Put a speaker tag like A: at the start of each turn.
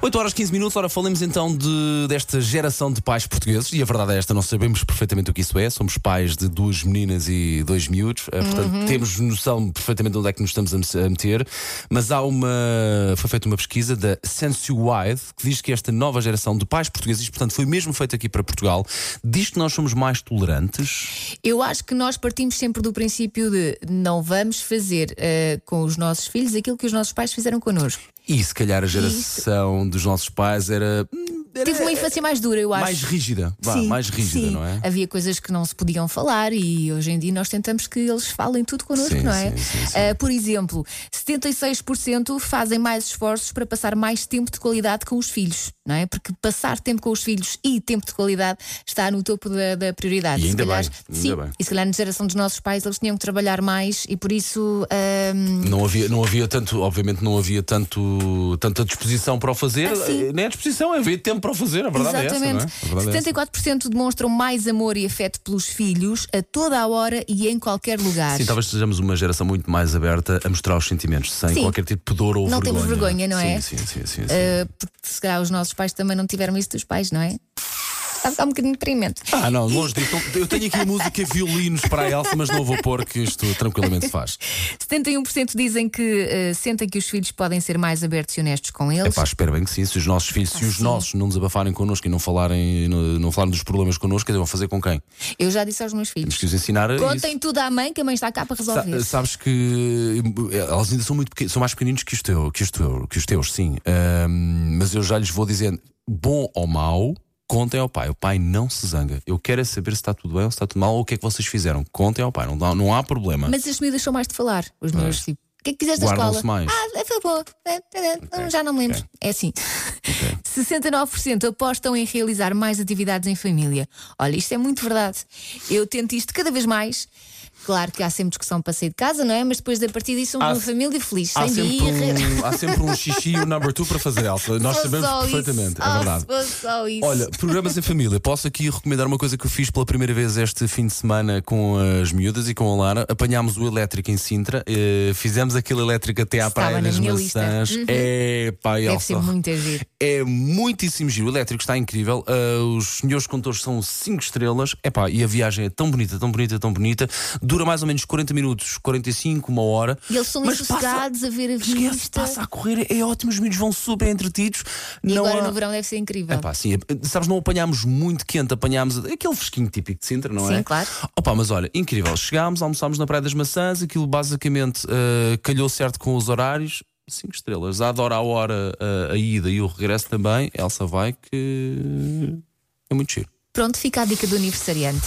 A: 8 horas 15 minutos, ora falemos então de, desta geração de pais portugueses e a verdade é esta, não sabemos perfeitamente o que isso é, somos pais de duas meninas e dois miúdos, eh, portanto
B: Uhum.
A: temos noção perfeitamente de onde é que nos estamos a me- a meter, mas há uma, foi feita uma pesquisa da Sensuwide que diz que esta nova geração de pais portugueses, portanto foi mesmo feita aqui para Portugal, diz que nós somos mais tolerantes,
B: Eu acho que nós partimos sempre do princípio de não vamos fazer eh, com os nossos filhos aquilo que os nossos pais fizeram connosco.
A: e se calhar a geração dos nossos pais era, hum, era
B: Tive uma infância mais dura, eu acho.
A: mais rígida, vá,
B: Sim,
A: mais rígida,
B: sim.
A: não é?
B: Havia coisas que não se podiam falar e hoje em dia nós tentamos que eles falem tudo connosco,
A: Sim,
B: não é?
A: sim, sim, sim.
B: Ah, por exemplo, 76% fazem mais esforços para passar mais tempo de qualidade com os filhos, não é? Porque passar tempo com os filhos e tempo de qualidade está no topo da, da prioridade.
A: E
B: Se
A: ainda
B: calhar-
A: bem, ainda
B: sim,
A: bem.
B: E se calhar na geração dos nossos pais eles tinham que trabalhar mais e por isso. ahm,
A: Não havia, não havia tanto, obviamente não havia tanto, tanta disposição para o fazer,
B: Ah, sim.
A: Eh, nem a disposição, havia tempo para o fazer, a verdade
B: Exatamente.
A: é essa, não é? A verdade é essa.
B: 74% demonstram mais amor e afeto pelos filhos a toda a hora e em qualquer lugar.
A: Sim, talvez sejamos uma geração muito mais aberta a mostrar os sentimentos, sem
B: Sim.
A: qualquer tipo de pudor ou
B: Não
A: vergonha.
B: temos vergonha, não é?
A: Sim, sim, sim. sim, sim.
B: Uh, porque se calhar os nossos pais também não tiveram isso dos pais, não é? Está a ficar um bocadinho deprimente.
A: Ah, não, longe disso. Não- Eu tenho aqui a música violinos para a Elsa, mas não vou pôr que isto tranquilamente se faz.
B: 71% dizem que uh, sentem que os filhos podem ser mais abertos e honestos com
A: É
B: eles.
A: pá, espero bem que sim. Se os nossos filhos, se os
B: Ah, sim.
A: nossos não nos abafarem connosco e não falarem, não, não falarem dos problemas connosco, quer dizer, vão fazer com quem?
B: Eu já disse aos meus filhos:
A: Temos que os ensinar a isso.
B: contem tudo à mãe, que a mãe está cá para
A: Sa-
B: resolver.
A: sabes que eh, elas ainda são muito pequenas, são mais pequeninos que os, teu, que os, teu, que os teus, sim. Ahm, mas eu já lhes vou dizendo, bom ou mau, contem ao pai. O pai não se zanga. Eu quero é saber se está tudo bem ou se está tudo mal ou o que é que vocês fizeram. Contem ao pai, não, dá- não há problema.
B: Mas as miúdas são mais de falar, os meus tipo. O que é que fizeste na
A: Guardam-se
B: escola?
A: mais.
B: Ah, foi boa. É, é, é,
A: Ok,
B: Já não me lembro.
A: ok.
B: É assim. 69% apostam em realizar mais atividades em família. Olha, isto é muito verdade. Eu tento isto cada vez mais. Claro que há sempre discussão para sair de casa, não é? Mas depois, a partir disso, somos
A: Há-
B: uma família feliz,
A: Há
B: sem
A: sempre,
B: birra.
A: um, há sempre um xixi e um number two para fazer, Elsa. Nós
B: Só
A: sabemos
B: isso.
A: perfeitamente, é
B: Oh,
A: verdade.
B: se fosse só isso.
A: Olha, programas em família. Posso aqui recomendar uma coisa que eu fiz pela primeira vez este fim de semana com as miúdas e com a Lara. Apanhámos o elétrico em Sintra, eh, fizemos aquele elétrico até à
B: Estava
A: Praia
B: na
A: das
B: minha lista. Uhum.
A: Maçãs. É, pá,
B: deve
A: Elsa.
B: ser muito agir.
A: É muitíssimo giro. O elétrico está incrível. Ah, os senhores condutores são 5 estrelas. Epá, e a viagem é tão bonita, tão bonita, tão bonita. Dura mais ou menos 40 minutos, 45, uma hora.
B: E eles são
A: Mas
B: muito
A: passa,
B: sossegados a ver a
A: esquece,
B: vista.
A: passa a correr. É ótimo, os miúdos vão super entretidos.
B: E
A: Não
B: agora
A: há-
B: no verão deve ser incrível.
A: Epá, sim, eh, sabes, não apanhámos muito quente, apanhámos aquele fresquinho típico de Sintra, não é?
B: Sim, claro.
A: Opa, mas olha, incrível. Chegámos, almoçámos na Praia das Maçãs, aquilo basicamente eh, calhou certo com os horários. Cinco estrelas. Adoro a hora eh, a ida e o regresso também. Elsa vai que é muito giro.
B: Pronto, fica a dica do aniversariante.